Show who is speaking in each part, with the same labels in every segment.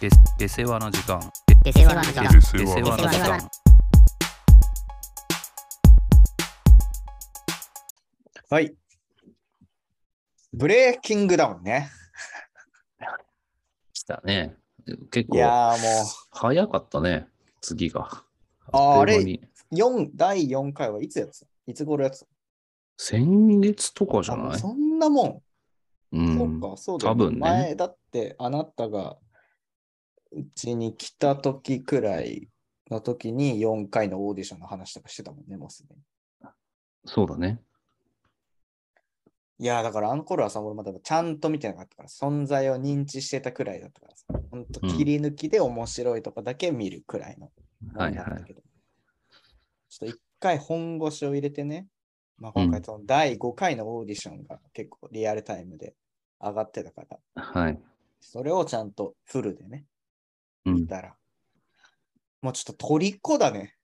Speaker 1: で出世話の時間
Speaker 2: 出世話の時間
Speaker 3: で
Speaker 1: 出
Speaker 3: 世
Speaker 1: 世
Speaker 3: 話
Speaker 1: 話の時間
Speaker 4: はい。ブレイキングダウンね。
Speaker 3: 来たね。結
Speaker 4: い
Speaker 3: 構
Speaker 4: やーも
Speaker 3: 早かったね、次が。
Speaker 4: あーあれ
Speaker 3: っという間に
Speaker 4: う、四第4回はいつやついつ頃やつ
Speaker 3: 先月とかじ
Speaker 4: あ
Speaker 3: ゃ
Speaker 4: もう
Speaker 3: ない
Speaker 4: そんなもん。
Speaker 3: うん。
Speaker 4: そうか、そうだよ、
Speaker 3: 多分ね
Speaker 4: 前だって、あなたがうちに来た時くらいの時に4回のオーディションの話とかしてたもんね、もうすでに。
Speaker 3: そうだね。
Speaker 4: いやー、だからあの頃はさ、俺まだちゃんと見てなかったから、存在を認知してたくらいだったからさ、ほんと
Speaker 3: うん
Speaker 4: 切り抜きで面白いとこだけ見るくらいのも
Speaker 3: は
Speaker 4: ん
Speaker 3: い
Speaker 4: だ
Speaker 3: は
Speaker 4: った
Speaker 3: い。
Speaker 4: けど。ちょっと一回本腰を入れてね、まあ、今回その第5回のオーディションが結構リアルタイムで上がってたから、
Speaker 3: はい。
Speaker 4: それをちゃんとフルでね、
Speaker 3: うん
Speaker 4: 見たら、もうちょっと虜だね。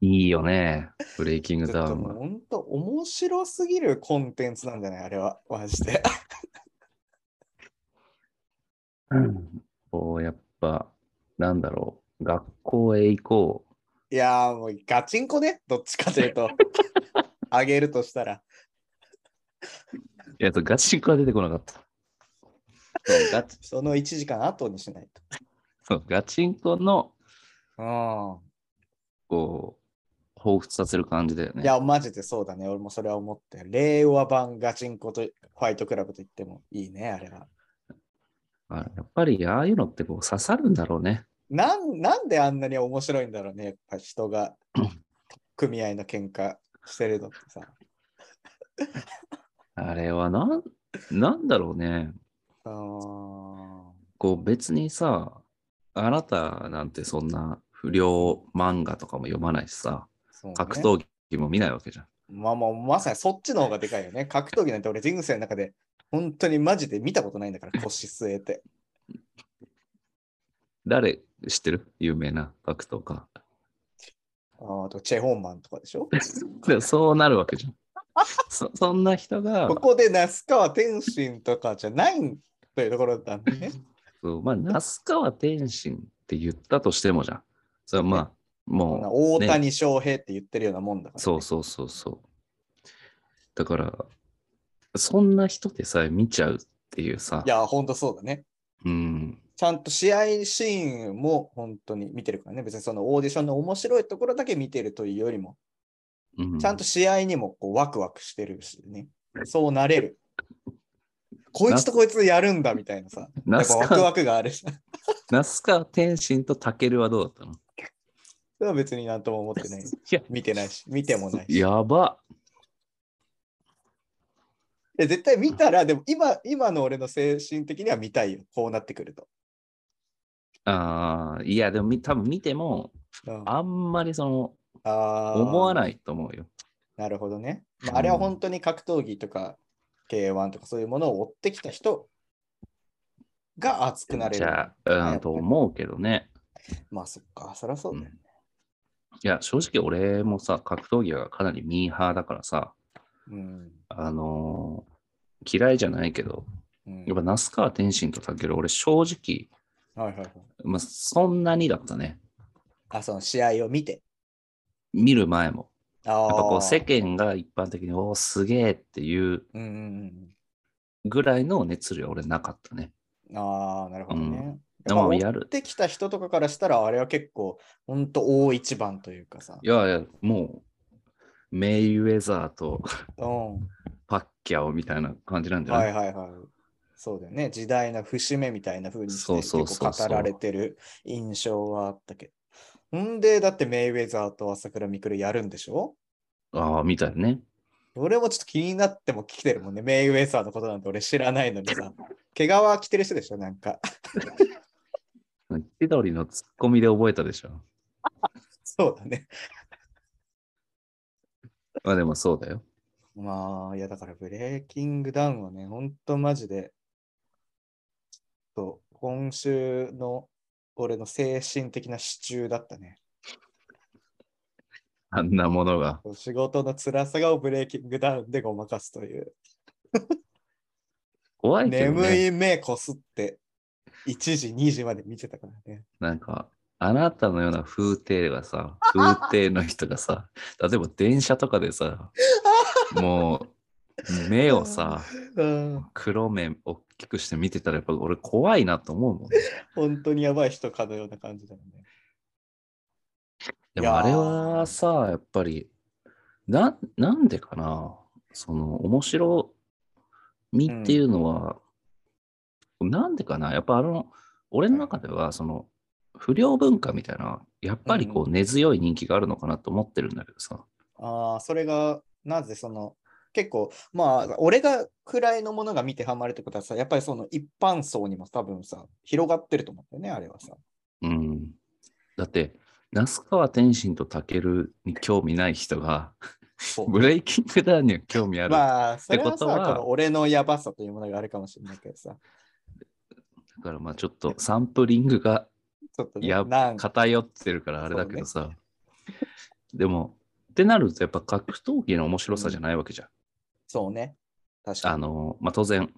Speaker 3: いいよね、ブレイキング
Speaker 4: ち
Speaker 3: ダ
Speaker 4: ょっと
Speaker 3: ウン
Speaker 4: もう
Speaker 3: は。
Speaker 4: 本当面白すぎるコンテンツなんじゃないあれは、マジで。
Speaker 3: うんこう、やっぱ、なんだろう、学校へ行こう。
Speaker 4: いやーもうガチンコね、どっちかと いうと。あげるとしたら。
Speaker 3: いや、ガチンコは出てこなかった。そうガ チ
Speaker 4: その1時間後にしない
Speaker 3: そうガチンコの、
Speaker 4: と。うん。
Speaker 3: こう、彷彿させる感じだよね。
Speaker 4: いや、マジでそうだね。俺もそれは思って。令和版ガチンコとファイトクラブと言ってもいいね、あれは。
Speaker 3: あやっぱり、ああいうのってこう刺さるんだろうね。
Speaker 4: なんなんであんなに面白いんだろうね、やっぱ人 が組合の喧嘩してるのってさ。
Speaker 3: あれはなん、なんだろうね。
Speaker 4: うーん
Speaker 3: こう、別にさ、あなたなんてそんな不良漫画とかも読まないしさ、
Speaker 4: そうね
Speaker 3: 格闘技も見ないわけじゃん。
Speaker 4: まあまあ、まさにそっちの方がでかいよね。格闘技なんて俺人生の中で本当にマジで見たことないんだから腰据えて。
Speaker 3: 誰知ってる有名な格闘家。
Speaker 4: ああとチェ・ホンマンとかでしょ
Speaker 3: でそうなるわけ じゃん。そそんな人が
Speaker 4: こ、こで那須川天心とかじゃないというところだね。
Speaker 3: そうまあ、那須川天心って言ったとしてもじゃん。それはまあ、
Speaker 4: そんな
Speaker 3: も
Speaker 4: 大谷翔平って言ってるようなもんだか
Speaker 3: う、
Speaker 4: ら。
Speaker 3: そうそうそうそう。だから、そんな人でさえ見ちゃうっていうさ
Speaker 4: い、や、ほんとそうだね。
Speaker 3: うん、
Speaker 4: ちゃんと試合シーンも本当に見てるからね。別にそのオーディションの面白いところだけ見てるというよりも、
Speaker 3: うん
Speaker 4: ちゃんと試合にもこうワクワクしてるしね。そうなれる。こいつとこいつやるんだみたいなさ。や
Speaker 3: 那
Speaker 4: っぱ
Speaker 3: 須
Speaker 4: ワク
Speaker 3: 川
Speaker 4: ワクがあるし。
Speaker 3: 那須川天心とタケルはどうだったの
Speaker 4: それは別になんとも思ってない。
Speaker 3: や
Speaker 4: 見てないし、見てもないし。い
Speaker 3: やば。
Speaker 4: や絶対見たら、でも今、今の俺の精神的には見たいよ。こうなってくると。
Speaker 3: ああ、いや、でもみ多分見ても、
Speaker 4: うん
Speaker 3: あんまりその、
Speaker 4: あ
Speaker 3: 思わ
Speaker 4: い。
Speaker 3: ないと思うよ。
Speaker 4: なるほどね。まあ、あれは本当に格闘技とか、K1 とかそういうものを追ってきた人が熱くなれ
Speaker 3: じ
Speaker 4: る。
Speaker 3: ゃあ、うん、と思うけどね。
Speaker 4: まあそっか、そりゃそうだよね。
Speaker 3: いや、正直俺もさ、格闘技はかなりミーハーだからさ、
Speaker 4: うん。
Speaker 3: あのー嫌いじゃないけど、
Speaker 4: うん
Speaker 3: やっぱ那須川天心とタケル、俺正直、
Speaker 4: はいはいはい。
Speaker 3: まあ、そんなにだったね。
Speaker 4: あ、その試合を見て。
Speaker 3: 見る前も。
Speaker 4: ああ。
Speaker 3: やっぱこう、世間が一般的に、おーすげえっていう
Speaker 4: うんうん
Speaker 3: ぐらいの熱量俺なかったね。
Speaker 4: うん。ああ、なるほどね。
Speaker 3: うん
Speaker 4: や
Speaker 3: で
Speaker 4: っぱ
Speaker 3: も
Speaker 4: 追
Speaker 3: や
Speaker 4: っ
Speaker 3: る。
Speaker 4: てきた人とかからしたら、あれは結構、本当大一番というかさ。
Speaker 3: いやいや、もう、メイウェザーと
Speaker 4: うん。
Speaker 3: パッキャオみたいな感じなんじゃない、
Speaker 4: はいはいはい。そうだよね。時代の節目みたいな風にして
Speaker 3: そうそう
Speaker 4: 結
Speaker 3: そうそう
Speaker 4: 構語られてる印象はあったけど。んで、だってメイウェザーと朝倉未来やるんでしょ
Speaker 3: ああ、みたいね。
Speaker 4: 俺もちょっと気になっても聞きてるもんね。メイウェザーのことなんて俺知らないのに さ。毛皮着てる人でしょなんか。
Speaker 3: 千鳥のツッコミで覚えたでしょ。
Speaker 4: そうだね。
Speaker 3: まあでもそうだよ。
Speaker 4: まあ、いやだからブレイキングダウンはね、ほんとマジで、そう、今週の俺の精神的な支柱だったね。
Speaker 3: あんなものが。
Speaker 4: 仕事の辛さをブレイキングダウンでごまかすという。
Speaker 3: 怖いけど、ね。
Speaker 4: 眠い目こすって、1時、2時まで見てたからね。
Speaker 3: なんか、あなたのような風景がさ、風景の人がさ、例えば電車とかでさ、もう目をさ、
Speaker 4: うん、
Speaker 3: 黒目大きくして見てたらやっぱ俺怖いなと思うもんね。
Speaker 4: 本当にやばい人かのような感じだよね。
Speaker 3: で
Speaker 4: いや
Speaker 3: も
Speaker 4: ー
Speaker 3: あれはさ、やっぱり、な、なんでかなその、面白みっていうのは、なんでかなやっぱあの、俺の中では、その、不良文化みたいな、やっぱりこう根強い人気があるのかなと思ってるんだけどさ。
Speaker 4: ああ、それが、なぜその、結構、まあ、俺が位のものが見てハマるってことはさ、やっぱりその一般層にも多分さ、広がってると思うんだよね、あれはさ。
Speaker 3: うん。だって、那須川天心とタケルに興味ない人が、
Speaker 4: そう
Speaker 3: ブレイキングダウンには興味ある。
Speaker 4: まあ、それは
Speaker 3: っ
Speaker 4: さ、
Speaker 3: てことは
Speaker 4: この俺のやばさというものがあるかもしれないけどさ、
Speaker 3: だからまあちょっとサンプリングが
Speaker 4: ちょっとね、
Speaker 3: いや
Speaker 4: なんか、
Speaker 3: 偏ってるからあれだけどさ、でもってなるとやっぱ格闘技の面白さじゃないわけじゃん、
Speaker 4: そうね、確
Speaker 3: あ
Speaker 4: かに。
Speaker 3: のまあ当然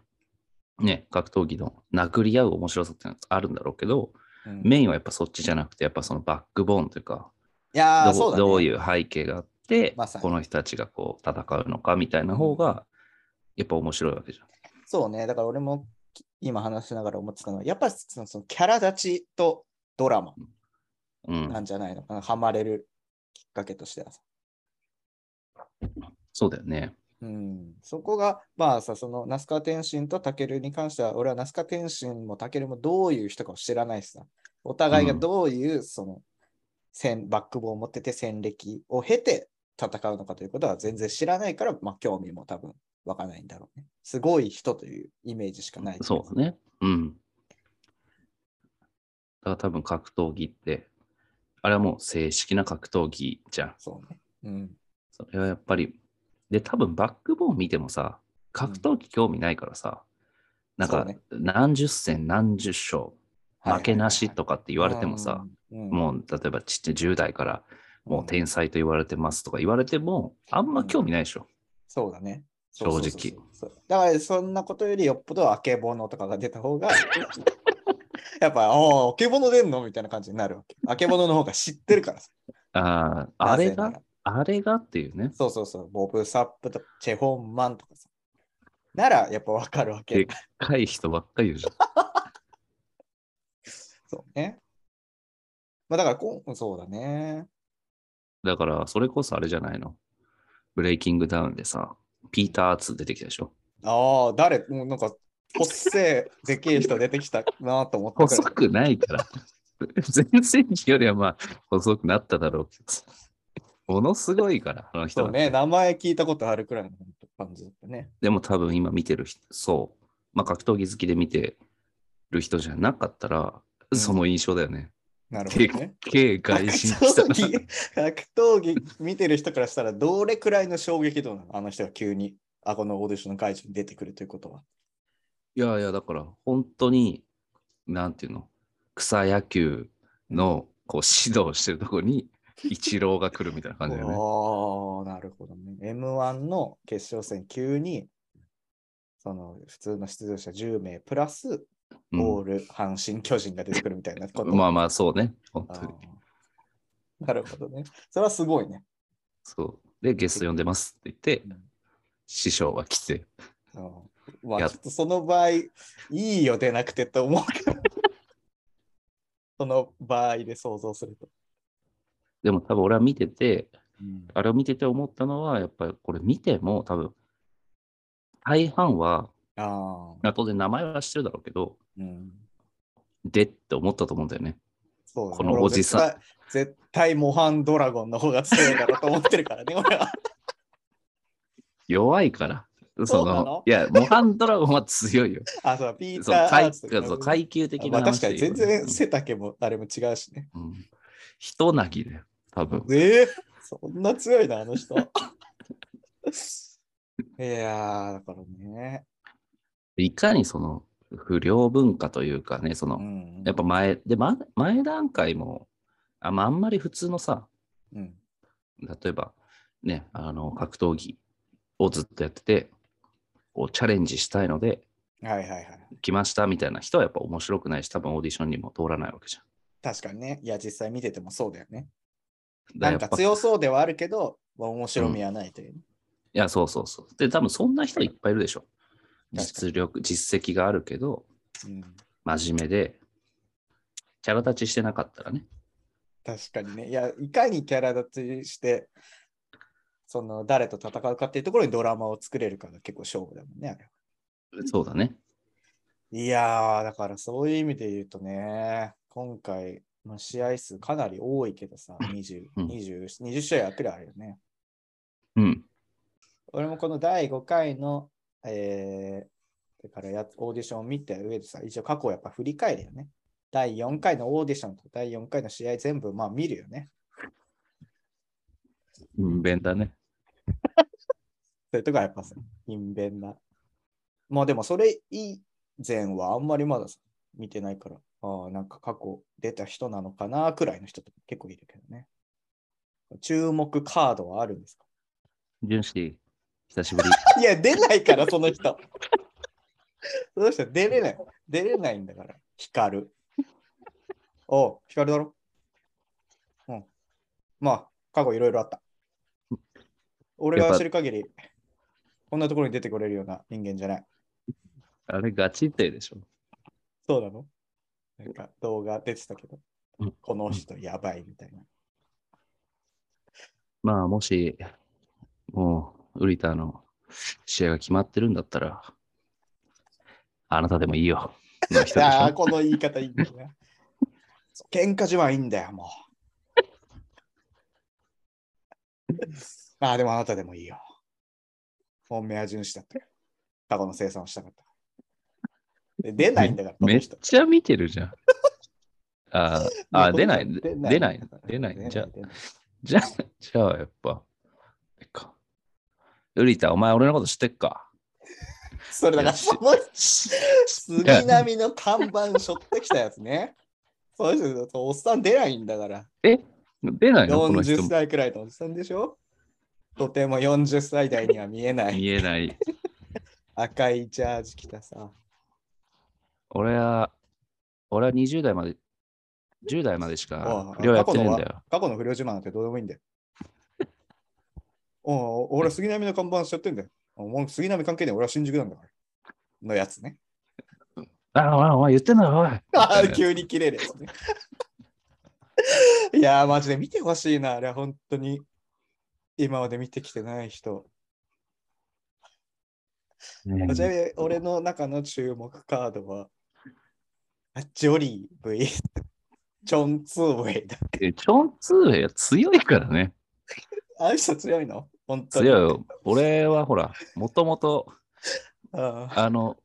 Speaker 3: ね格闘技の殴り合う面白さってのはあるんだろうけど、
Speaker 4: うんい
Speaker 3: メインはやっぱそっちじゃなくてやっぱそのバックボーンというか
Speaker 4: や
Speaker 3: ど
Speaker 4: ー、そうだね。
Speaker 3: どういう背景があって、
Speaker 4: まさに
Speaker 3: この人たちがこう戦うのかみたいな方がやっぱ面白いわけじゃん
Speaker 4: そうね、だから俺もき今話しながら思ってたのは、やっぱりそのそのキャラ立ちとドラマ
Speaker 3: うん、
Speaker 4: なんじゃないのかな、ハマれるきっかけとしてはさ。
Speaker 3: そうだよね
Speaker 4: うん、そこが、まあさ、その那須川天心とタケルに関しては、俺は那須川天心もタケルもどういう人かを知らないしさ、お互いが
Speaker 3: うん
Speaker 4: どういう、その、戦バックボーンを持ってて戦歴を経て戦うのかということは全然知らないから、まあ興味も多分湧かないんだろうね。すごい人というイメージしかない。
Speaker 3: そうだね。うん。だから多分格闘技って、あれはもう正式な格闘技じゃん。
Speaker 4: そうね。うん。
Speaker 3: それはやっぱり、で、多分バックボーン見てもさ、格闘技興味ないからさ、なん
Speaker 4: そう
Speaker 3: か
Speaker 4: ね
Speaker 3: 何十戦何十勝、負けなしとかって言われてもさ、
Speaker 4: うん、うん
Speaker 3: もう例えばちっちゃい10代から、もう天才と言われてますとか言われても、あんま興味ないでしょ。
Speaker 4: そうだね。
Speaker 3: 正直
Speaker 4: そうそうそうそうだからそんなことよりよっぽどあけぼのとかが出た方が、やっぱ、おお、あけぼの出んのみたいな感じになるわけ。あけぼのの方が知ってるからさ。
Speaker 3: ああ、あ
Speaker 4: な
Speaker 3: れ
Speaker 4: ぜな
Speaker 3: が
Speaker 4: ら、
Speaker 3: あれがっていうね。
Speaker 4: そうそうそう。ボブ・サップとかチェ・ホンマンとかさ。なら、やっぱわかるわけ
Speaker 3: で。若い人ばっかり言うじゃん。
Speaker 4: そうね。まあだからこん、そうだね。
Speaker 3: だから、それこそあれじゃないの。ブレイキングダウンでさ、ピーター・アーツ出てきたでしょ。
Speaker 4: ああ、誰、もうなんか、おっせえ、でけえ人出てきたなと思った
Speaker 3: 細
Speaker 4: から。
Speaker 3: くないから。全盛期よりはまあ、細くなっただろうけどさ。ものすごいから、あの人
Speaker 4: そう
Speaker 3: は、
Speaker 4: ね、名前聞いたことあるくらいの感じだったね。
Speaker 3: でも多分今見てる人、そう。まあ、格闘技好きで見てる人じゃなかったら、
Speaker 4: うん
Speaker 3: その印象だよね。
Speaker 4: なるほ
Speaker 3: け
Speaker 4: どね。
Speaker 3: け外人 来た
Speaker 4: 格闘
Speaker 3: な。
Speaker 4: 技格闘技見てる人からしたらどれくらいの衝撃度なのあの人が急にあこのオーディションの会場に出てくるということは。
Speaker 3: いやいや、だから本当に、なんていうの、草野球のこう指導してるとこに、イチローが来るみたいな感じだよね。
Speaker 4: おーなるほどね。M1 の決勝戦急にその普通の出場者10名プラス
Speaker 3: うん
Speaker 4: オール阪神巨人が出てくるみたいなこと。
Speaker 3: まあまあ、そうね。本
Speaker 4: あ
Speaker 3: 当に。
Speaker 4: ーなるほどね。それはすごいね。
Speaker 3: そう。で、ゲスト呼んでますって言って
Speaker 4: うん、
Speaker 3: 師匠は来て、
Speaker 4: うんまあ、
Speaker 3: いや
Speaker 4: ちょっとその場合、いいよ、出なくてと思うけど。その場合で想像すると。
Speaker 3: でも多分俺は見てて、あれを見てて思ったのは、やっぱりこれ見ても多分、大半は、
Speaker 4: ああ、
Speaker 3: まあ当然名前は知ってるだろうけど、
Speaker 4: うん。
Speaker 3: でって思ったと思うんだよね。
Speaker 4: そうだね
Speaker 3: このおじさん
Speaker 4: 俺は絶対絶対モハンドラゴンの方が強いだろうと思ってるからね、 俺は。
Speaker 3: 弱いから。
Speaker 4: そ
Speaker 3: そう
Speaker 4: なの
Speaker 3: の、いや、モハンドラゴンは 強いよ。
Speaker 4: あ、そう、ピー
Speaker 3: そ
Speaker 4: ター・
Speaker 3: う
Speaker 4: アー
Speaker 3: 階
Speaker 4: ツと
Speaker 3: そう階級的
Speaker 4: ま
Speaker 3: な
Speaker 4: あ、確かに
Speaker 3: 話で
Speaker 4: 全
Speaker 3: 言う
Speaker 4: 然背丈もあれも違うしね。
Speaker 3: うんうんひとなぎだよ、多分。
Speaker 4: ええそんな強いな、あの人。い やー、だからね。
Speaker 3: いかにその不良文化というかね、その、
Speaker 4: うん
Speaker 3: やっぱ、前、で、ま、前段階も、あまああんまり普通のさ、
Speaker 4: うん、
Speaker 3: 例えば、ね、あの、格闘技をずっとやってて、こうチャレンジしたいので、
Speaker 4: はいはいはい。
Speaker 3: 来ましたみたいな人はやっぱ面白くないし、多分オーディションにも通らないわけじゃ
Speaker 4: 確かにね。いや、実際見ててもそうだよね。
Speaker 3: ん。
Speaker 4: な
Speaker 3: だ
Speaker 4: ん
Speaker 3: らや
Speaker 4: か
Speaker 3: っぱ
Speaker 4: 強そうではあるけど、まあ面白みはないというね。
Speaker 3: いや、そうそうそう。で、多分そんな人いっぱいいるでしょ。
Speaker 4: 確かに
Speaker 3: 実力、実績があるけど、
Speaker 4: うん
Speaker 3: 真面目で、キャラ立ちしてなかったらね。
Speaker 4: 確かにね。いや、いかにキャラ立ちして、その誰と戦うかっていうところにドラマを作れるかが結構勝負だもんね、あれは。
Speaker 3: そうだね。
Speaker 4: いやー、だからそういう意味で言うとね、今回、まあ、試合数かなり多いけどさ、20、
Speaker 3: うん
Speaker 4: 20、20試合やってるあるよね。
Speaker 3: うん。
Speaker 4: 俺もこの第5回の、えー、だからやオーディションを見た上でさ、一応過去をやっぱ振り返るよね。第4回のオーディションと第4回の試合全部まあ見るよね。
Speaker 3: うん、弁だね。
Speaker 4: そういうとこはやっぱさ、勤勉な。まあでもそれ以前はあんまりまださ、見てないから、ああ、なんか過去出た人なのかなくらいの人とか結構いるけどね。注目カードはあるんですか
Speaker 3: ジュンシー、久しぶり。
Speaker 4: いや、出ないから、その人。その人、出れない。出れないんだから、光る。おう、光だろうん。まあ、過去いろいろあった。俺
Speaker 3: やっ
Speaker 4: が
Speaker 3: ぱ
Speaker 4: 知る限り、こんなところに出てくれるような人間じゃない。
Speaker 3: あれ、ガチってでしょ。
Speaker 4: そうなのなんか動画出てたけど
Speaker 3: うん、
Speaker 4: この人やばいみたいな。
Speaker 3: まあ、もし、もう、ウリターの試合が決まってるんだったら、あなたでもいい よ。の人でし
Speaker 4: ああー、
Speaker 3: ょ。
Speaker 4: この言い方いいんだよな。喧嘩自慢いいんだよ、もう。ああ、でもあなたでもいいよ。本命は純子だったよ。過去の生産をしたかった。で出ないんだから、こ
Speaker 3: め
Speaker 4: の
Speaker 3: っ
Speaker 4: 人。
Speaker 3: ちゃ見てるじゃん。あーあー、出ない、出ない、出ない
Speaker 4: 出ない、
Speaker 3: 出ない。じゃあ、
Speaker 4: 出ない
Speaker 3: じゃあ、じゃあやっぱ、えっか。ウリタ、お前俺のこと知ってっか。
Speaker 4: それだから、
Speaker 3: いやし
Speaker 4: その人杉並の看板しょってきたやつね。そういう人、おっさん出ないんだから。
Speaker 3: 出ないのこの人
Speaker 4: 40
Speaker 3: も。
Speaker 4: 歳くらいのおっさんでしょとても40歳代には見えない
Speaker 3: 見えない。
Speaker 4: 赤いジャージ着たさ。
Speaker 3: 俺は、俺は20代まで、10代までし
Speaker 4: お
Speaker 3: か
Speaker 4: う
Speaker 3: 不良やってねえんだよ。
Speaker 4: 過去の不良自慢なんてどうでもいいん だよ。おう俺杉並の看板しちゃってんだよ。もう杉並関係ねえ、俺は新宿なんだから。のやつね。
Speaker 3: ああ、お前お前言ってんだろ、おい。
Speaker 4: あ ー 急に切れるやつね。いやー、マジで見てほしいな、あれ、本当に。今まで見てきてない人。
Speaker 3: ねえ
Speaker 4: ちなみに、俺の中の注目カードは、あジョリー VS チョン・ツーウェイだ。
Speaker 3: えチョン・ツーウェイは強いからね。
Speaker 4: あの人強いの本当に。
Speaker 3: 強いよ。俺はほら、もともと、
Speaker 4: うん
Speaker 3: あの、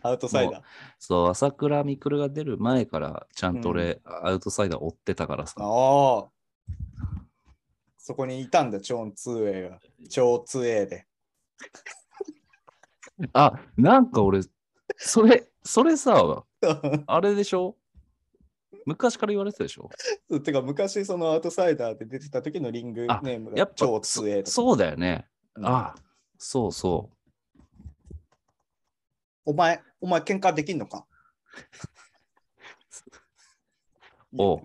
Speaker 4: アウトサイダー。
Speaker 3: そう、朝倉未来が出る前から、ちゃんと俺、アウトサイダー追ってたからさ。
Speaker 4: ああ。そこにいたんだ、チョン・ツーウェイが。超ツーウェイで。
Speaker 3: あ、なんか俺、それ、それ さ、あれでしょ昔から言われてたでしょ
Speaker 4: てか、昔、そのアウトサイダーで出てた時のリングネ
Speaker 3: あ
Speaker 4: ームが
Speaker 3: やっぱ
Speaker 4: 超ツーウェイ
Speaker 3: そ
Speaker 4: だ。
Speaker 3: そうだよね。
Speaker 4: うん
Speaker 3: あそうそ
Speaker 4: お前、お前、喧嘩できんのか
Speaker 3: う。 おう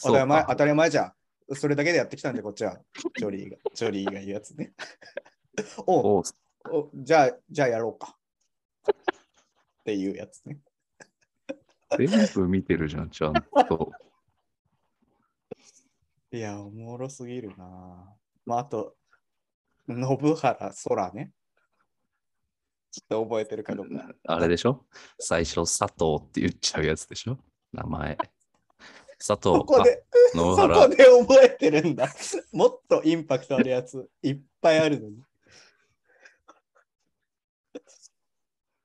Speaker 4: 当た
Speaker 3: そうか
Speaker 4: り前、当たり前じゃん。それだけでやってきたんで、こっちは。ジョリーが、ジョリーが言うやつね。おう
Speaker 3: おう
Speaker 4: お、じゃあ、じゃあやろうか。っていうやつね。
Speaker 3: 全部見てるじゃん、ちゃん と。
Speaker 4: いや、おもろすぎるなぁまあ、あと、信原空ね。ちょっと覚えてるかどうか。
Speaker 3: あれでしょ最初、佐藤って言っちゃうやつでしょ名前。佐藤、
Speaker 4: そこで、
Speaker 3: あ野
Speaker 4: そこ
Speaker 3: 原
Speaker 4: で覚えてるんだ。 もっとインパクトあるやつ、いっぱいあるのに。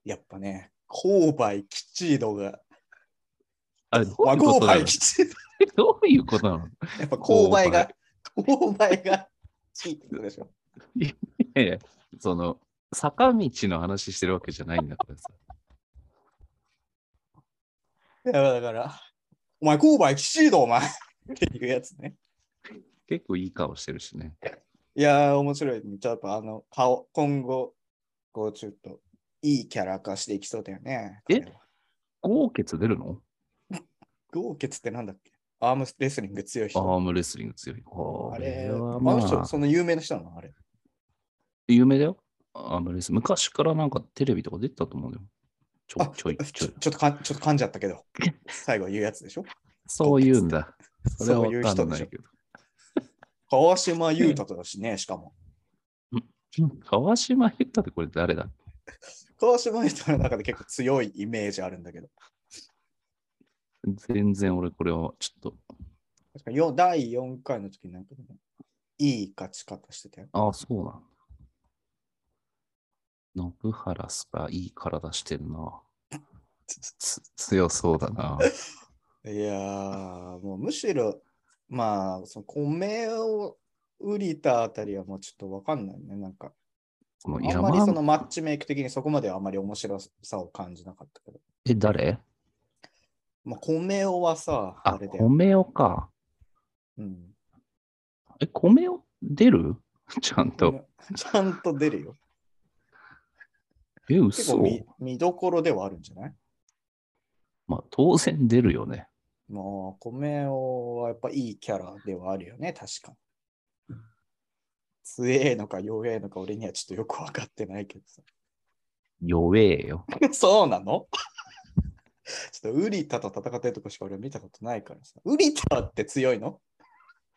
Speaker 4: やっぱね、勾配きちいのが、
Speaker 3: あれどう
Speaker 4: ま
Speaker 3: い
Speaker 4: あ、
Speaker 3: うこ
Speaker 4: 勾
Speaker 3: とな
Speaker 4: 配
Speaker 3: の
Speaker 4: きちい。
Speaker 3: どういうことなの
Speaker 4: やっぱ勾配が、勾配が、きちいってことでしょ。
Speaker 3: いやいやその、坂道の話してるわけじゃないんだからさ。
Speaker 4: いやだから、お前、勾配きちいだ、お前っていうやつね。
Speaker 3: 結構いい顔してるしね。
Speaker 4: いやー、面白い、ね。ちょっとあの、顔、今後、こう、ちょっと、いいキャラ化していきそうだよね。
Speaker 3: え
Speaker 4: 彼は
Speaker 3: 豪傑出るの
Speaker 4: 豪傑ってなんだっけアームレスリング強い
Speaker 3: ア
Speaker 4: 人。
Speaker 3: ームレスリング強い。こ
Speaker 4: あれ、
Speaker 3: れ
Speaker 4: あ
Speaker 3: は
Speaker 4: の人、
Speaker 3: まあ、
Speaker 4: その有名な人なのあれ。
Speaker 3: 有名だよ。アームレス。昔からなんかテレビとか出てたと思うんだよ。ち
Speaker 4: あ
Speaker 3: ょちょいちょ
Speaker 4: ちょ
Speaker 3: い。
Speaker 4: ちょっとかんちょっと噛んじゃったけど、最後言うやつでしょ
Speaker 3: そういうんだ。 それは
Speaker 4: そういう
Speaker 3: わか
Speaker 4: 人
Speaker 3: ん
Speaker 4: で
Speaker 3: な
Speaker 4: しょ
Speaker 3: いけど。
Speaker 4: 川島優太とだしね、しかも。
Speaker 3: 川島優太ってこれ誰だ
Speaker 4: 川島優太の中で結構強いイメージあるんだけど。
Speaker 3: 全然俺これはちょっ
Speaker 4: 確かよ第4回の時なんかね、いい勝ち方してたよ。
Speaker 3: と、ああ、そうなんだ。野ブ原スパいい体してるな。つ強そうだな。
Speaker 4: いやー、もうむしろ、まあ、その米を売りたあたりはもうちょっとわかんないね。なんか、
Speaker 3: この
Speaker 4: あんまりその
Speaker 3: 山、
Speaker 4: マッチメイク的にそこまではあまり面白さを感じなかったけど。
Speaker 3: え、誰
Speaker 4: まあ、米をはさ、あ
Speaker 3: あ、
Speaker 4: れだよ。
Speaker 3: 米尾か。
Speaker 4: うん、
Speaker 3: え、米尾出る ちゃんと。
Speaker 4: ちゃんと出るよ。
Speaker 3: え、
Speaker 4: 結構
Speaker 3: 嘘。
Speaker 4: 見見どころではあるんじゃない
Speaker 3: まあ、当然出るよね。
Speaker 4: もう、米をはやっぱいいキャラではあるよね、確かに。強えのか弱えのか俺にはちょっとよくわかってないけどさ。
Speaker 3: 弱えよ。
Speaker 4: そうなのちょっとウリタと戦ってるとこしか俺見たことないからさ。ウリタって強いの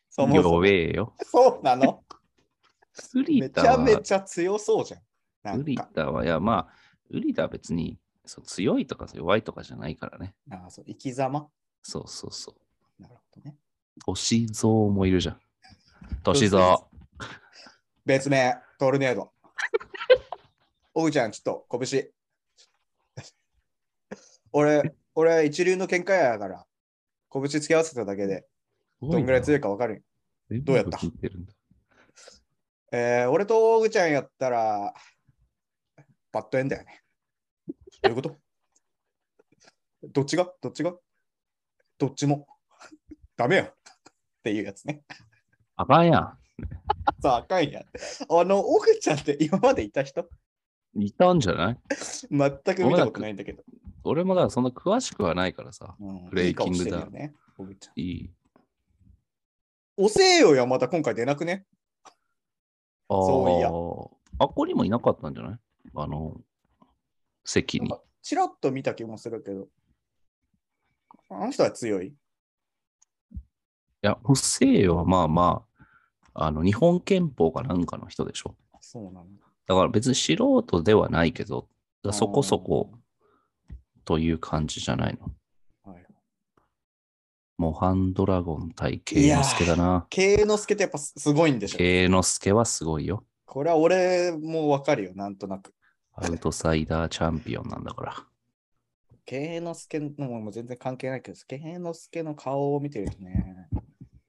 Speaker 4: そもそも
Speaker 3: 弱えよ。
Speaker 4: そうなの
Speaker 3: ウリ
Speaker 4: め
Speaker 3: タ
Speaker 4: ちゃ
Speaker 3: は
Speaker 4: め、ちゃ強そうじゃん。な
Speaker 3: ウ
Speaker 4: ん
Speaker 3: リ
Speaker 4: か
Speaker 3: タは、いや、まあ、ウリタは別にそう強いとか弱いとかじゃないからね。
Speaker 4: ああそう生き様
Speaker 3: そうそうそう。
Speaker 4: なるほどね。
Speaker 3: 歳三もいるじゃん。歳
Speaker 4: そう
Speaker 3: 三
Speaker 4: そ。別名、トルネード。おうちゃん、ちょっと、拳。 俺、俺、一流の喧嘩屋やから、拳突き合わせただけで、どんぐらい強いかわかるよ。どうやった
Speaker 3: 全部聞いてるんだ
Speaker 4: えー、俺とおうちゃんやったら、バッドエンだよね。どういうことどっちがどっちがどっちも。ダメよ。っていうやつね。
Speaker 3: あかんや
Speaker 4: さあ、あかんやん。あの、おぐちゃんって今までいた人
Speaker 3: ん。いたんじゃない
Speaker 4: 全く見たことないんだけど。
Speaker 3: 俺もだからそんな詳しくはないからさ。
Speaker 4: うん
Speaker 3: ブレイキングダウ
Speaker 4: いい
Speaker 3: ン
Speaker 4: 顔してるよね、小栗ちゃん
Speaker 3: いい。
Speaker 4: おせえよやまた今回出なくね
Speaker 3: ああ。
Speaker 4: そういや
Speaker 3: あっこにもいなかったんじゃないあの、席に
Speaker 4: なん。かチラッと見た気もするけど。あの人は強い。
Speaker 3: いや、ホセイヨはまあまあ、あの、日本憲法かなんかの人でしょ。
Speaker 4: そうなの。
Speaker 3: だから別に素人ではないけど、だからそこそこという感じじゃないの。
Speaker 4: はい。
Speaker 3: モハンドラゴン対慶之助だな。
Speaker 4: 慶之助ってやっぱすすごいんでしょ。
Speaker 3: 慶之助はすごいよ。
Speaker 4: これは俺もわかるよ、なんとなく。
Speaker 3: アウトサイダーチャンピオンなんだから。
Speaker 4: 慶之助のもう全然関係ないけど、慶之助の顔を見てるとね、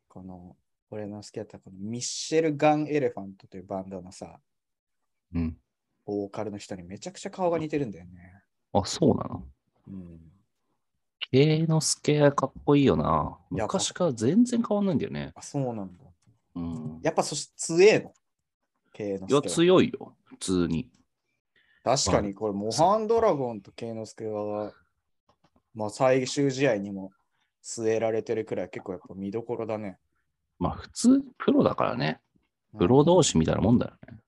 Speaker 4: この、俺の好きだったこのミッシェル・ガン・エレファントというバンドのさ、
Speaker 3: うん。
Speaker 4: ボーカルの人にめちゃくちゃ顔が似てるんだよね。
Speaker 3: あ、そうなの
Speaker 4: うん。
Speaker 3: 慶之助はかっこいいよな。
Speaker 4: いや
Speaker 3: 昔から全然変わんないんだよね。
Speaker 4: あ、そうなんだ。
Speaker 3: うん。
Speaker 4: やっぱそして強えの。慶之
Speaker 3: いや、
Speaker 4: 助
Speaker 3: 強いよ。普通に。
Speaker 4: は。確かにこれ、モハンドラゴンと慶之助は、まあ最終試合にも据えられてるくらい結構やっぱ見どころだね。
Speaker 3: まあ、普通、プロだからね。プロ同士みたいなもんだよね。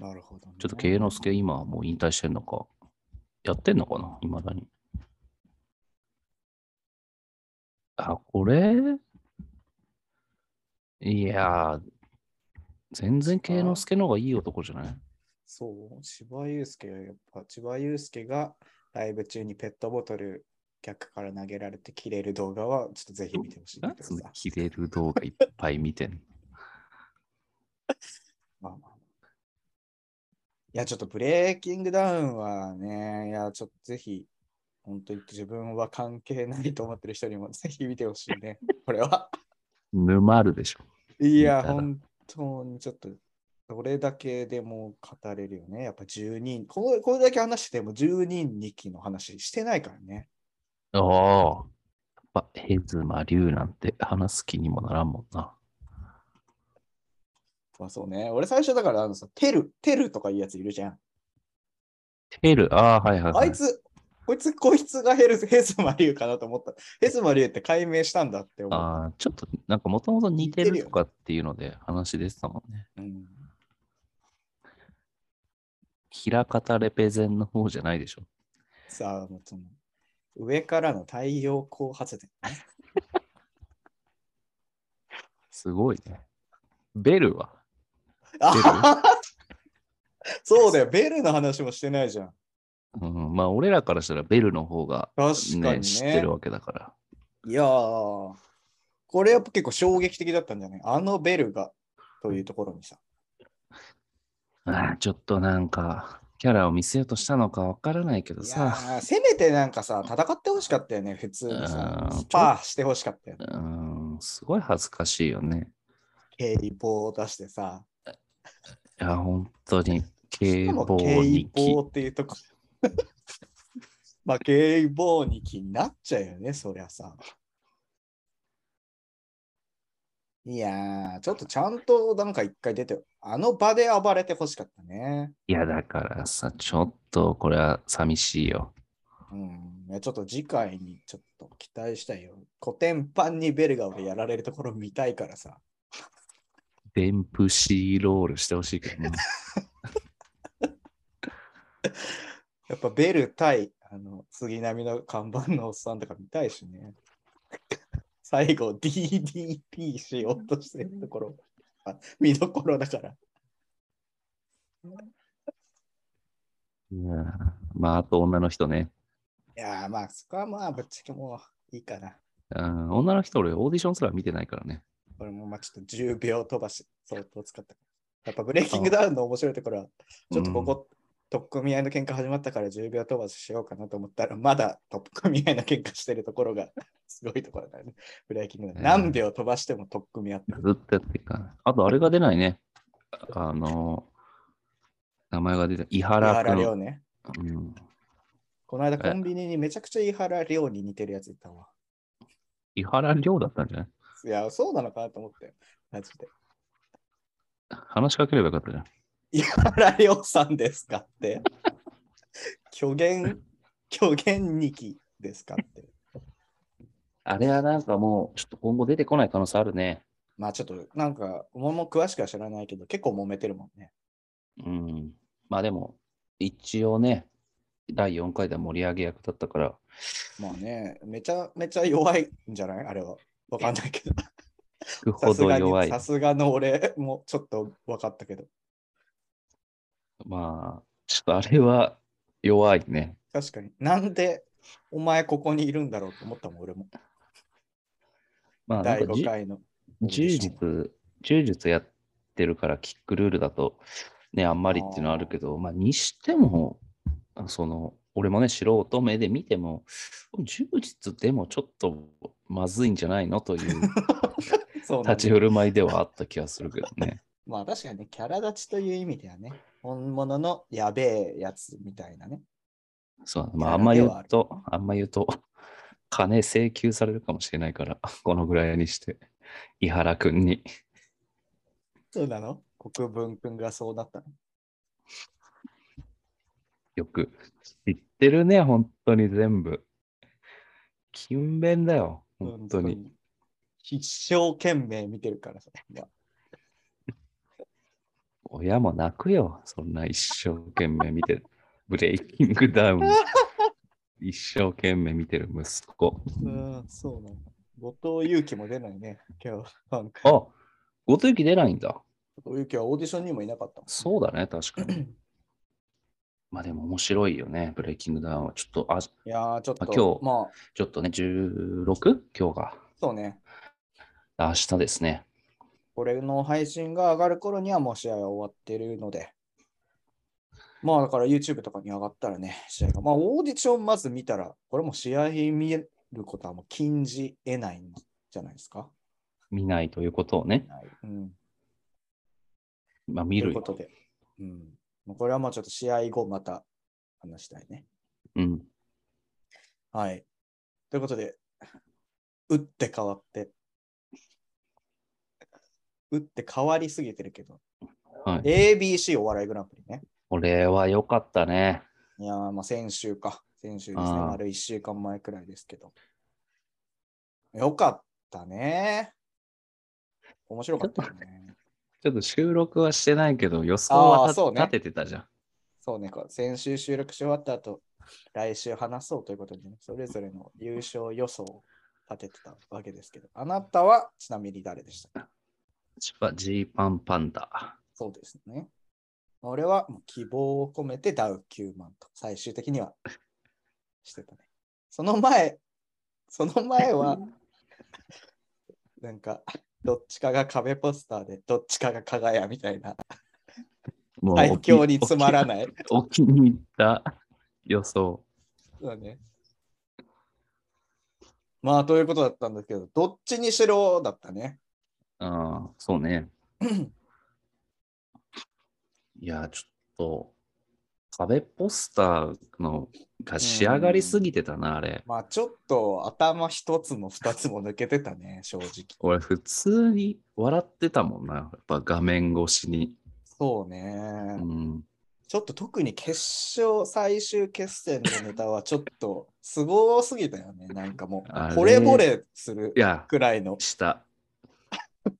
Speaker 4: なるほど、ね。
Speaker 3: ちょっと慶之助今はもう引退してんのか。やってんのかないまだに。あ、これいやー、全然慶之助の方がいい男じゃない
Speaker 4: そう、千葉祐介がやっぱ、千葉祐介がライブ中にペットボトル客から投げられて切れる動画はちょっとぜひ見てほしいん
Speaker 3: な
Speaker 4: だ
Speaker 3: ん
Speaker 4: けど
Speaker 3: でその
Speaker 4: さ。
Speaker 3: 切れる動画いっぱい見てんの
Speaker 4: まあまあいや、ちょっとブレイキングダウンはね、いや、ちょっとぜひ、本当に自分は関係ないと思ってる人にもぜひ見てほしいね。 これは。
Speaker 3: 沼るでしょ。
Speaker 4: いや、
Speaker 3: 見たら
Speaker 4: 本当にちょっと、どれだけでも語れるよね。やっぱ12人、これこれだけ話してても12人2期の話してないからね。
Speaker 3: ああ。やっぱ、ヘズマリュウなんて話す気にもならんもんな。
Speaker 4: まあそうね。俺最初だからあのさ、テル、テルとかいうやついるじゃん。
Speaker 3: ヘル、ああ、はいはい、は
Speaker 4: あ
Speaker 3: い。
Speaker 4: いつ、こいつ、こいつがヘルスヘスマリュウかなと思った。ヘスマリュウって解明したんだって思う。
Speaker 3: ああ、ちょっと、なんかもともと似てるとかっていうので話出てたもんね。
Speaker 4: うん、
Speaker 3: 平方レペゼンの方じゃないでしょ。
Speaker 4: さあ、もうその上からの太陽光発電。
Speaker 3: すごいね。ベルは
Speaker 4: あはは そうだよ、ベルの話もしてないじゃん。
Speaker 3: うん、まあ、俺らからしたらベルの方が、
Speaker 4: 確か
Speaker 3: ね
Speaker 4: に
Speaker 3: 知って
Speaker 4: ね。
Speaker 3: るわけだから。
Speaker 4: いやー、これやっぱ結構衝撃的だったんじゃないあのベルがというところにさ。
Speaker 3: ああ、ちょっとなんか、キャラを見せようとしたのかわからないけど
Speaker 4: いや
Speaker 3: さ。
Speaker 4: ーせめてなんかさ、戦ってほしかったよね、普通にさ
Speaker 3: う。ん
Speaker 4: スパーしてほしかったよね。
Speaker 3: うん、すごい恥ずかしいよね。
Speaker 4: 警棒を出してさ。
Speaker 3: いや、本当に、
Speaker 4: し
Speaker 3: 警
Speaker 4: かも
Speaker 3: 棒
Speaker 4: 警
Speaker 3: に
Speaker 4: 棒っていうとこ。 まあ、警棒に気になっちゃうよね、そりゃさ。いやー、ちょっとちゃんとなんか一回出て、あの場で暴れてほしかったね。
Speaker 3: いや、だからさ、ちょっとこれは寂しいよ。
Speaker 4: うん、いやちょっと次回にちょっと期待したいよ。古典版にベルガーをやられるところ見たいからさ。
Speaker 3: デンプシーロールしてほしいけどね。
Speaker 4: やっぱベル対あの杉並の看板のおっさんとか見たいしね。 最後 DDP しようとしてるところ、あ見どころだから。
Speaker 3: いやーまあ、あと女の人ね。
Speaker 4: いやーまあそこはまあぶっちゃけもういいかな。
Speaker 3: うん女の人、俺、オーディションすら見てないからね。
Speaker 4: これもまあちょっと10秒飛ばし相当使った。やっぱブレイキングダウンの面白いところは、ちょっとここ、取っ組み合いの喧嘩始まったから10秒飛ばししようかなと思ったら、まだ取っ組み合いの喧嘩してるところがすごいところだよね。ブレイキングダウン。
Speaker 3: うん
Speaker 4: 何秒飛ばしても取っ組み合ってる。
Speaker 3: ずっとやってるから。あと、あれが出ないね。あのー、名前が出た。伊
Speaker 4: 井
Speaker 3: 原
Speaker 4: 原
Speaker 3: 君
Speaker 4: 亮ね。
Speaker 3: うん。
Speaker 4: この間コンビニにめちゃくちゃ井原亮に似てるやついたわ。
Speaker 3: 伊原亮だったんじゃない
Speaker 4: いや、そうなのかなと思ったよ。マジで。
Speaker 3: 話しかければよかったじゃん。
Speaker 4: 井原亮さんですかって。虚言、虚言日記ですかって。
Speaker 3: あれはなんかもう、ちょっと今後出てこない可能性あるね。
Speaker 4: まあちょっとなんか、俺も詳しくは知らないけど、結構揉めてるもんね。
Speaker 3: うん。まあでも、一応ね、第4回では盛り上げ役だったから、
Speaker 4: まあね、めちゃめちゃ弱いんじゃないあれは。わかんないけど。
Speaker 3: 聞く
Speaker 4: さ
Speaker 3: ほ
Speaker 4: す
Speaker 3: ど
Speaker 4: が
Speaker 3: 弱
Speaker 4: に、
Speaker 3: い
Speaker 4: さ。すがの俺もちょっと分かったけど。
Speaker 3: まあ、ちょっとあれは弱いね。
Speaker 4: 確かに。なんで、お前ここにいるんだろうと思ったもん、俺も。
Speaker 3: まあ、な
Speaker 4: 第
Speaker 3: んか
Speaker 4: 5
Speaker 3: じ
Speaker 4: 回の。
Speaker 3: 柔術、柔術やってるから、キックルールだと、ね、あんまりっていうのはあるけど、まあ、にしても、あその、俺もね、素人目で見ても、柔術でもちょっとまずいんじゃないの という
Speaker 4: そうなんだ
Speaker 3: 立ち振る舞いではあった気がするけどね。
Speaker 4: まあ確かにね、キャラ立ちという意味ではね、本物のやべえやつみたいなね。
Speaker 3: そう、まあ、
Speaker 4: キャラ
Speaker 3: あんま
Speaker 4: で
Speaker 3: 言
Speaker 4: はあ
Speaker 3: う
Speaker 4: る
Speaker 3: と、あんま言うと、金請求されるかもしれないから、 このぐらいにして、井原くんに。
Speaker 4: そうなの国分君がそうだったの。
Speaker 3: よく知ってるね、本当に全部。勤勉だよ、本当に。。
Speaker 4: 一生懸命見てるからさ。まあ
Speaker 3: 親も泣くよ、そんな一生懸命見て る。ブレイキングダウン。一生懸命見てる息子。
Speaker 4: うん、そうなんだ。後藤祐樹も出ないね、今日。なんか
Speaker 3: あ、後藤ゆき出ないんだ。
Speaker 4: 後藤祐樹はオーディションにもいなかったもん。
Speaker 3: そうだね、確 かに。まあでも面白いよね、ブレイキングダウンは。ちょっと、あ、ち
Speaker 4: いやー、ちょっと、
Speaker 3: あ今日
Speaker 4: まあ、
Speaker 3: ょっとね、16? 今日が。
Speaker 4: そうね。
Speaker 3: 明日ですね。
Speaker 4: これの配信が上がる頃にはもう試合は終わってるので。まあだから YouTube とかに上がったらね、試合が。まあオーディションまず見たら、これもう試合見ることはもう禁じ得ないんじゃないですか。
Speaker 3: 見ないということをね、
Speaker 4: はい。うん。
Speaker 3: まあ
Speaker 4: と
Speaker 3: 見
Speaker 4: い
Speaker 3: る
Speaker 4: うこ
Speaker 3: よ。
Speaker 4: とで。うん。もうこれはもうちょっと試合後また話したいね。
Speaker 3: うん。
Speaker 4: はい。ということで、打って変わって、打って変わりすぎてるけど、
Speaker 3: はい。
Speaker 4: ABC お笑いグランプリね。
Speaker 3: これは良かったね。
Speaker 4: いやー、まあ先週か。先週ですね。
Speaker 3: あー
Speaker 4: 丸1週間前くらいですけど。よかったね。面白かったよね。
Speaker 3: ちょっと収録はしてないけど、予想
Speaker 4: あ
Speaker 3: は
Speaker 4: ー
Speaker 3: 立
Speaker 4: そうね
Speaker 3: 立ててたじゃん。
Speaker 4: そうね、こう先週収録し終わった後、来週話そうということでね、それぞれの優勝予想を立ててたわけですけど、あなたはちなみに誰でしたか
Speaker 3: ジパジーパンパンダ。
Speaker 4: そうですね。俺はもう希望を込めてダウ9万と最終的にはしてたね。その前、その前は、なんか、どっちかが壁ポスターで、どっちかが加賀屋みたいな、
Speaker 3: も
Speaker 4: 最強につまら
Speaker 3: い。
Speaker 4: ない。
Speaker 3: お気に入った予想。
Speaker 4: そうだね。まあ、ということだったんですけど、どっちにしろだったね。
Speaker 3: ああ、そうね。いや、ちょっと、壁ポスターのが仕上がりすぎてたな、あれ。
Speaker 4: まあ、ちょっと頭一つも二つも抜けてたね、正直。
Speaker 3: 俺、普通に笑ってたもんな。やっぱ画面越しに。
Speaker 4: そう
Speaker 3: う
Speaker 4: ね。
Speaker 3: ん。
Speaker 4: ちょっと特に決勝、最終決戦のネタはちょっとすごすぎた よね。なんかも
Speaker 3: あ
Speaker 4: う、
Speaker 3: れ
Speaker 4: 惚れ惚れする
Speaker 3: いや、
Speaker 4: くらいの。
Speaker 3: した。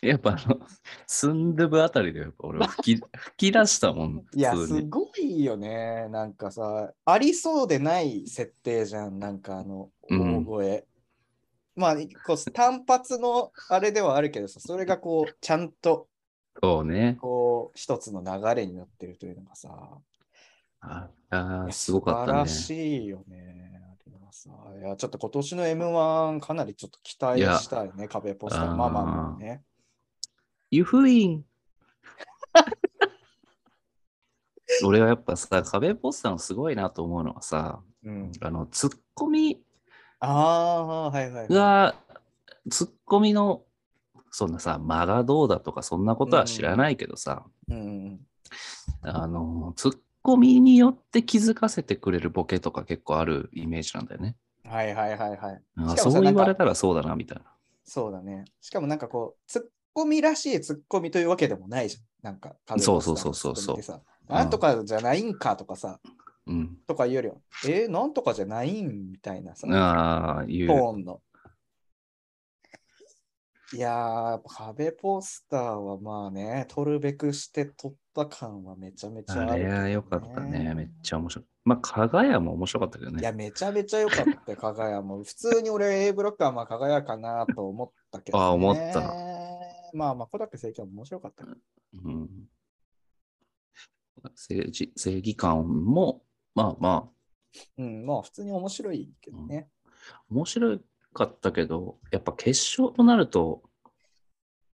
Speaker 3: やっぱあの、スンドゥブあたりでやっぱ俺は吹き 吹き出したもん、
Speaker 4: いや、
Speaker 3: 普
Speaker 4: す
Speaker 3: 通に。
Speaker 4: ごいよね。なんかさ、ありそうでない設定じゃん。なんかあの、
Speaker 3: うん
Speaker 4: 大声。まあ、こう単発のあれではあるけどさ、それがこう、ちゃんと、
Speaker 3: そうね。
Speaker 4: こう、一つの流れになってるというのがさ、
Speaker 3: あ
Speaker 4: い
Speaker 3: あー、
Speaker 4: や
Speaker 3: すごかっ
Speaker 4: 素晴
Speaker 3: た
Speaker 4: ら
Speaker 3: ね。
Speaker 4: しいよね。あれはさいや、ちょっと今年の M1、かなりちょっと期待したいね、壁ポスター。
Speaker 3: あー
Speaker 4: まあまあまあね。
Speaker 3: 湯布院 俺はやっぱさ、壁ポスターのすごいなと思うのはさ、
Speaker 4: うん、
Speaker 3: あの、ツッコミ
Speaker 4: ああー、はいはい、はい。
Speaker 3: が、ツッコミの、そんなさ、間がどうだとか、そんなことは知らないけどさ、
Speaker 4: うんうん
Speaker 3: あの、ツッコミによって気づかせてくれるボケとか結構あるイメージなんだよね。
Speaker 4: うん、はいはいはいはい。
Speaker 3: あ
Speaker 4: しかもさ
Speaker 3: そう言わ
Speaker 4: な
Speaker 3: れ
Speaker 4: ん
Speaker 3: たらそうだな、みたいな。
Speaker 4: そうだね。しかもなんかこう、ツッコミらしいツッコミというわけでもないじゃん。なんか、
Speaker 3: そうそうそうそうそ
Speaker 4: 壁ポスターのツッコミ
Speaker 3: う
Speaker 4: ってさなんとかじゃないんかとかさ、
Speaker 3: うん。
Speaker 4: とか言うよりは、えー、なんとかじゃないんみたいなさ、
Speaker 3: ああ、言う。
Speaker 4: トーンの。いやー、やっぱ壁ポスターはまあね、取るべくして取った感はめちゃめちゃ
Speaker 3: あ
Speaker 4: あるけ
Speaker 3: れ
Speaker 4: ど
Speaker 3: は良かったね。めっちゃ面白い。まあ、加賀屋も面白かったけど
Speaker 4: いや、
Speaker 3: ね。
Speaker 4: めちゃめちゃ良かったよ、加賀屋も。普通に俺、A ブロックはまあ、加賀屋かなと思ったけど、ね。
Speaker 3: あ思った。
Speaker 4: まあまあ、小竹正教も面白かったけど
Speaker 3: うん。正義正義感も、まあま
Speaker 4: うん、まあ普通に面白いけどね。
Speaker 3: あ、面白かったけど、やっぱ決勝となると、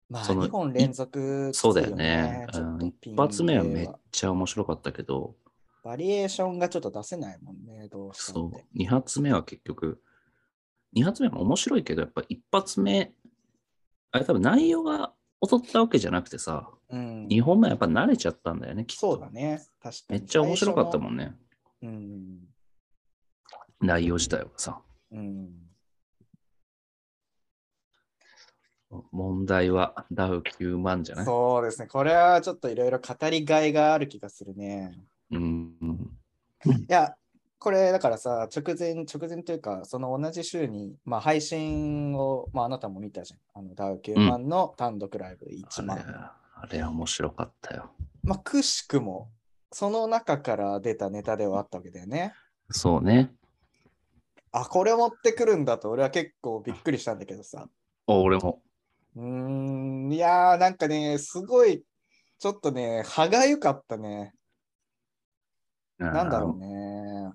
Speaker 4: まあ
Speaker 3: その
Speaker 4: 2本連続きつい
Speaker 3: そうだよね。うん
Speaker 4: ちょ
Speaker 3: 一
Speaker 4: っと
Speaker 3: 発目は
Speaker 4: ピン
Speaker 3: め
Speaker 4: 芸
Speaker 3: っちゃ面白かったけど、
Speaker 4: バリエーションがちょっと出せないもんね、どうした
Speaker 3: そ
Speaker 4: って。
Speaker 3: う、2発目は結局、2発目も面白いけど、やっぱ1発目、あれ多分内容が劣ったわけじゃなくてさ、
Speaker 4: うん、
Speaker 3: 2本目はやっぱ慣れちゃったんだよね、きっと。
Speaker 4: そうだね。確か
Speaker 3: め
Speaker 4: に。
Speaker 3: っちゃ面白かったも
Speaker 4: ん。
Speaker 3: んね、
Speaker 4: うん。
Speaker 3: 内容自体はさ。
Speaker 4: うん、
Speaker 3: 問題はダウ9万じゃない
Speaker 4: そうですね。これはちょっといろいろ語りがいがある気がするね。
Speaker 3: うん。
Speaker 4: いや、これだからさ、直前、直前というか、その同じ週に、まあ、配信を、まあ、あなたも見たじゃん。あのダウ9万の単独ライブ
Speaker 3: あ
Speaker 4: 1万。
Speaker 3: れあれは面白かったよ。
Speaker 4: まあ、くしくも、その中から出たネタではあったわけだよね。
Speaker 3: そうね。
Speaker 4: あ、これ持ってくるんだと、俺は結構びっくりしたんだけどさ。
Speaker 3: お俺も。
Speaker 4: うーん、いやー、なんかね、すごい、ちょっとね、歯がゆかったね。
Speaker 3: な
Speaker 4: なんだろうね。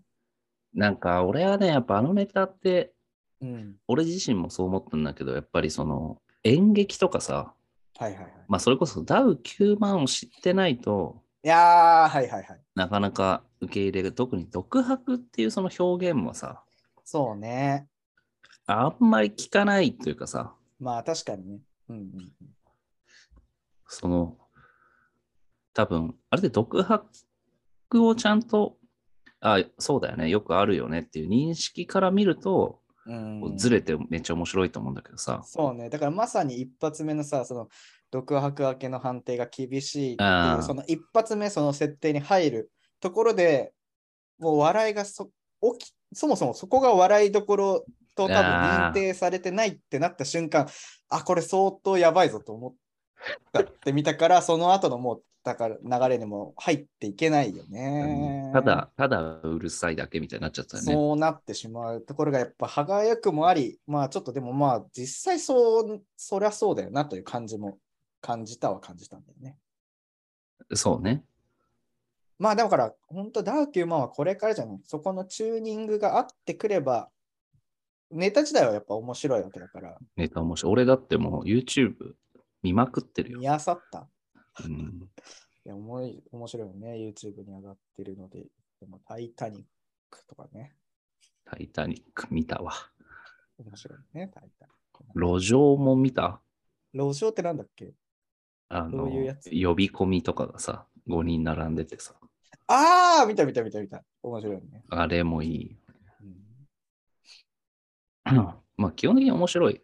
Speaker 3: なんか俺はね、やっぱあのネタって、
Speaker 4: うん。
Speaker 3: 俺自身もそう思ったんだけど、やっぱりその演劇とかさ、
Speaker 4: はいはいはい。
Speaker 3: まあそれこそダウ9万を知ってないと
Speaker 4: いやー、はいはいはい。
Speaker 3: なかなか受け入れが、特に独白っていうその表現もさ、
Speaker 4: そうね。
Speaker 3: あんまり聞かないというかさ、
Speaker 4: まあ、確かにね。うんうん
Speaker 3: その、多分、あれで独白をちゃんと、あ、そうだよね、よくあるよねっていう認識から見ると、
Speaker 4: うん。
Speaker 3: こうずれてめっちゃ面白いと思うんだけどさ、
Speaker 4: そうね。だからまさに一発目のさ、その、独白明けの判定が厳しいってい
Speaker 3: あ
Speaker 4: う、
Speaker 3: ー
Speaker 4: その一発目その設定に入るところでもう笑いがそ起きそもそもそこが笑いどころと多分認定されてないってなった瞬間あこれ相当やばいぞと思ったってみたからその後のもうだから流れにも入っていけないよね、
Speaker 3: ただ、ただうるさいだけみたいになっちゃったよね。
Speaker 4: そうなってしまうところがやっぱ歯がゆくもあり、まあちょっとでもまあ実際そう、そりゃそうだよなという感じも感じたは感じたんだよね。
Speaker 3: そうね。
Speaker 4: まあだから本当ダーキューマンはこれからじゃない。そこのチューニングがあってくれば、ネタ自体はやっぱ面白いわけだから、
Speaker 3: ネタ面白い。俺だってもう YouTube 見まくってるよ
Speaker 4: 見。あさった。
Speaker 3: うん、
Speaker 4: いや、おもい面白いよね。YouTube に上がってるので、でもタイタニックとかね。
Speaker 3: タイタニック見たわ。
Speaker 4: 面白いね、タイタニック。
Speaker 3: 路上も見た
Speaker 4: 路上ってなんだっけ
Speaker 3: あ
Speaker 4: ど
Speaker 3: の
Speaker 4: ういうやつ
Speaker 3: 呼び込みとかがさ、5人並んでてさ、
Speaker 4: ああ見た見た見た見た。面白いよね。
Speaker 3: あれもいい。
Speaker 4: うん
Speaker 3: まあ基本的に面白い。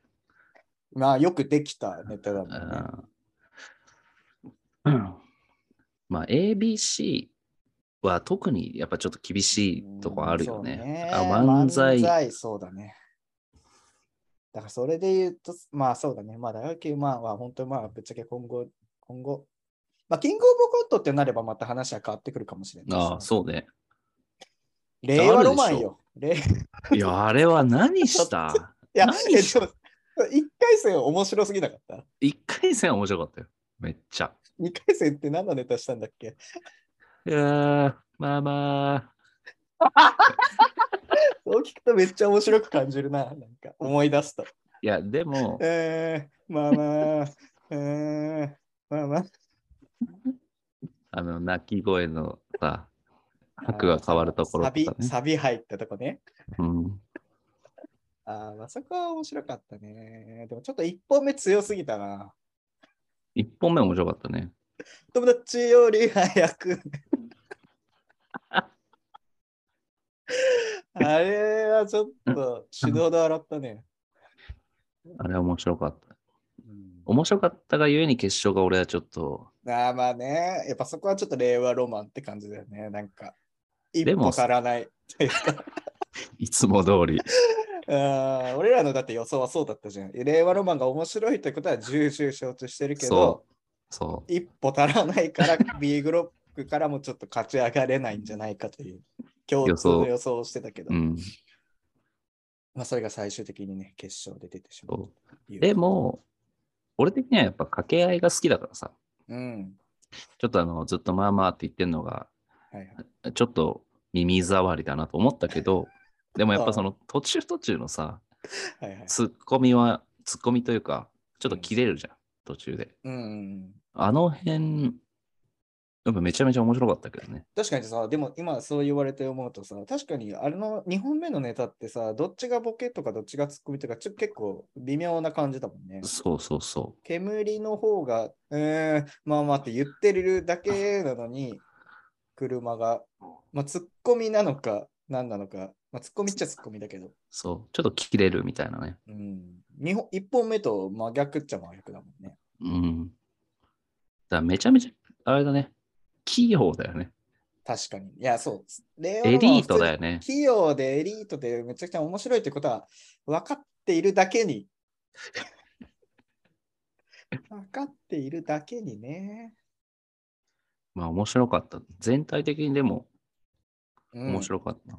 Speaker 4: まあよくできたネタだもんね。
Speaker 3: うんまあ ABC は特にやっぱちょっと厳しいとこあるよね。
Speaker 4: うん
Speaker 3: あ
Speaker 4: そう
Speaker 3: 漫才
Speaker 4: 漫才、そうだね。だからそれで言うと、まあそうだね。まあ大学まあは本当にまあぶっちゃけ今後、今後。まあキングオブコントってなればまた話は変わってくるかもしれないし。
Speaker 3: ああ、そうね。
Speaker 4: 令和ロマンよ。令い
Speaker 3: いや、あれは 何した
Speaker 4: や、
Speaker 3: 何
Speaker 4: えちょっと一回戦面白すぎなかった。
Speaker 3: 一回戦は面白かったよ。めっちゃ。
Speaker 4: 二回戦って何のネタしたんだっけ
Speaker 3: いやー、まあま
Speaker 4: そう聞くとめっちゃ面白く感じるな。なんか思い出すと。
Speaker 3: あ。いや、でも、
Speaker 4: えー、まあまあ、えー、まあまあ。
Speaker 3: あの、鳴き声のさ、拍が変わるところ
Speaker 4: サ
Speaker 3: とか
Speaker 4: ビ
Speaker 3: ね。、
Speaker 4: サビ入ったとこね。
Speaker 3: うん、
Speaker 4: あーまあ、そこは面白かったね。でもちょっと一本目強すぎたな。
Speaker 3: 一本目面白かったね。
Speaker 4: 友達より早 く。あれはちょっと死ぬほど笑ったね。
Speaker 3: あれは面白かった。
Speaker 4: うん
Speaker 3: 面白かったがゆえに決勝が俺はちょっと、
Speaker 4: あーまあね、やっぱそこはちょっと令和ロマンって感じだよね。なんか、一
Speaker 3: でも
Speaker 4: 歩足らないというか。
Speaker 3: いつも通り。
Speaker 4: あー俺らのだって予想はそうだったじゃん。令和ロマンが面白いということは重々承知してるけど
Speaker 3: そ、う。そう。
Speaker 4: 一歩足らないから B グロックからもちょっと勝ち上がれないんじゃないかという共通の予想をしてたけど、
Speaker 3: うん、
Speaker 4: まあそれが最終的にね、決勝で出てしまう
Speaker 3: そ
Speaker 4: という
Speaker 3: で、も、俺的にはやっぱ掛け合いが好きだからさ、
Speaker 4: うん。
Speaker 3: ちょっとあの、ずっとまあまあって言ってんのが、
Speaker 4: はいはい。
Speaker 3: ちょっと耳障りだなと思ったけど、でもやっぱその途中途中のさ、
Speaker 4: はいはい、
Speaker 3: ツッコミは、ツッコミというか、ちょっと切れるじゃん、途中で。
Speaker 4: うんうんうん。
Speaker 3: あの辺、やっぱめちゃめちゃ面白かったけどね。
Speaker 4: 確かにさ、でも今そう言われて思うとさ、確かにあれの2本目のネタってさ、どっちがボケとかどっちがツッコミとか、ちょ結構微妙な感じだもんね。
Speaker 3: そうそうそ
Speaker 4: 煙の方が、えー、まあまあって言ってるだけなのに、車が、まあ、ツッコミなのか、何なのか、まあ、ツッコミっちゃツッコミだけど、
Speaker 3: う。そう。ちょっと切れるみたいなね。
Speaker 4: うん、2本1本目と真逆っちゃ真逆だもんね。
Speaker 3: うん。だからめちゃめちゃ、あれだね。器用だよね。
Speaker 4: 確かに。いや、そう。令和
Speaker 3: エ
Speaker 4: のまま
Speaker 3: リートだよね
Speaker 4: 普。通に器用でエリートでめちゃくちゃ面白いってことは分かっているだけ に。分かっているだけにね。
Speaker 3: まあ面白かった。全体的にでも
Speaker 4: うん
Speaker 3: 面白かった。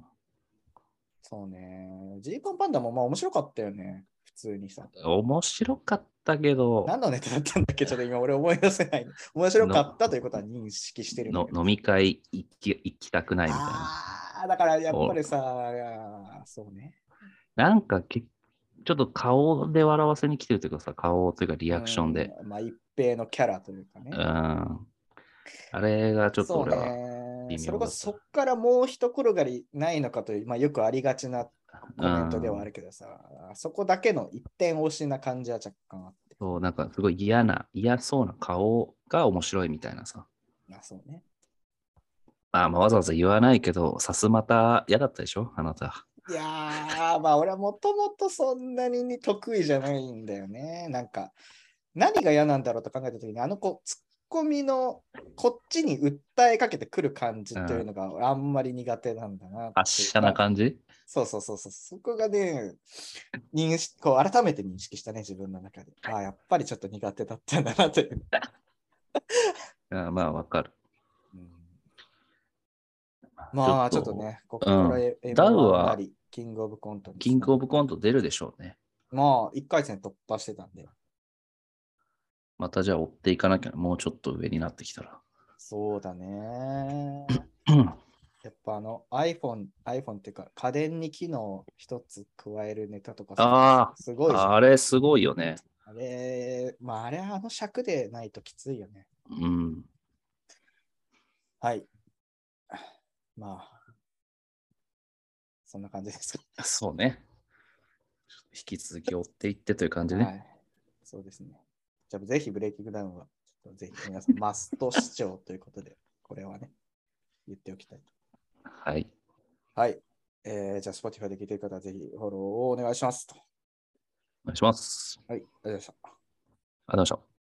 Speaker 4: そうね。ジーパンパンダもまあ面白かったよね。普通にさ。
Speaker 3: 面白かったけど、
Speaker 4: 何のネタだったんだっけちょっと今俺思い出せない。面白かったということは認識してるんだ
Speaker 3: の
Speaker 4: けど
Speaker 3: 飲み会行き行きたくないみたいな。
Speaker 4: ああ、だからやっぱりさ、あーそうね。
Speaker 3: なんかけちょっと顔で笑わせに来てるというかさ、顔というかリ
Speaker 4: リ
Speaker 3: アクションで。。
Speaker 4: まあ一平のキャラというかね。
Speaker 3: うん。あれがちょっと俺は。
Speaker 4: そう
Speaker 3: 微妙だった
Speaker 4: ね。それこそそっからもう一転がりないのかという、まあよくありがちなコメントではあ
Speaker 3: うん
Speaker 4: るけどさ、そこだけの一点推しな感じは若干あって。
Speaker 3: そうなんかすごい嫌な、嫌そうな顔が面白いみたいなさ。
Speaker 4: あそうね。
Speaker 3: まあ、まあわざわざ言わないけど、さすまた嫌だったでしょあなた。
Speaker 4: いやー、まあ俺はもともとそんなに得意じゃないんだよね。なんか、何が嫌なんだろうと考えたときに、あの子、ツッコミのこっちに訴えかけてくる感じというのが俺あんまり苦手なんだなっていうか。
Speaker 3: 発射な感じ
Speaker 4: そうそうそうそう。そこがね、認識こう改めて認識したね、自分の中で。ああ、やっぱりちょっと苦手だったんだなという。
Speaker 3: あまあ、わかる。
Speaker 4: うんまあ、ちょっと。ね、ここからえ、
Speaker 3: うん
Speaker 4: M1
Speaker 3: ダウは
Speaker 4: なりキングオブコントに
Speaker 3: キングオブコント出るでしょうね。
Speaker 4: まあ、1回戦突破してたんで。
Speaker 3: またじゃあ追っていかなきゃ、もうちょっと上になってきたら。
Speaker 4: そうだね。
Speaker 3: うん
Speaker 4: やっぱあの iPhone、iPhone っていうか家電に機能を一つ加えるネタとか
Speaker 3: あ
Speaker 4: すごいじゃん
Speaker 3: あれすごいよね。
Speaker 4: あれ、まああれあの尺でないときついよね。
Speaker 3: うん。
Speaker 4: はい。 まあ、そんな感じですか。
Speaker 3: そうね。引き続き追っていってという感じ
Speaker 4: は
Speaker 3: ね。
Speaker 4: い。そうですね。じゃあぜひブレイキングダウンは、ちょっとぜひ皆さんマスト視聴ということで、これはね、言っておきたいと。
Speaker 3: はい。
Speaker 4: はい。えーじゃあ Spotify で聞いてる方はぜひフォローをお願いしますと。
Speaker 3: お願いします。
Speaker 4: はい、ありがとうございました。
Speaker 3: ありがとうございました。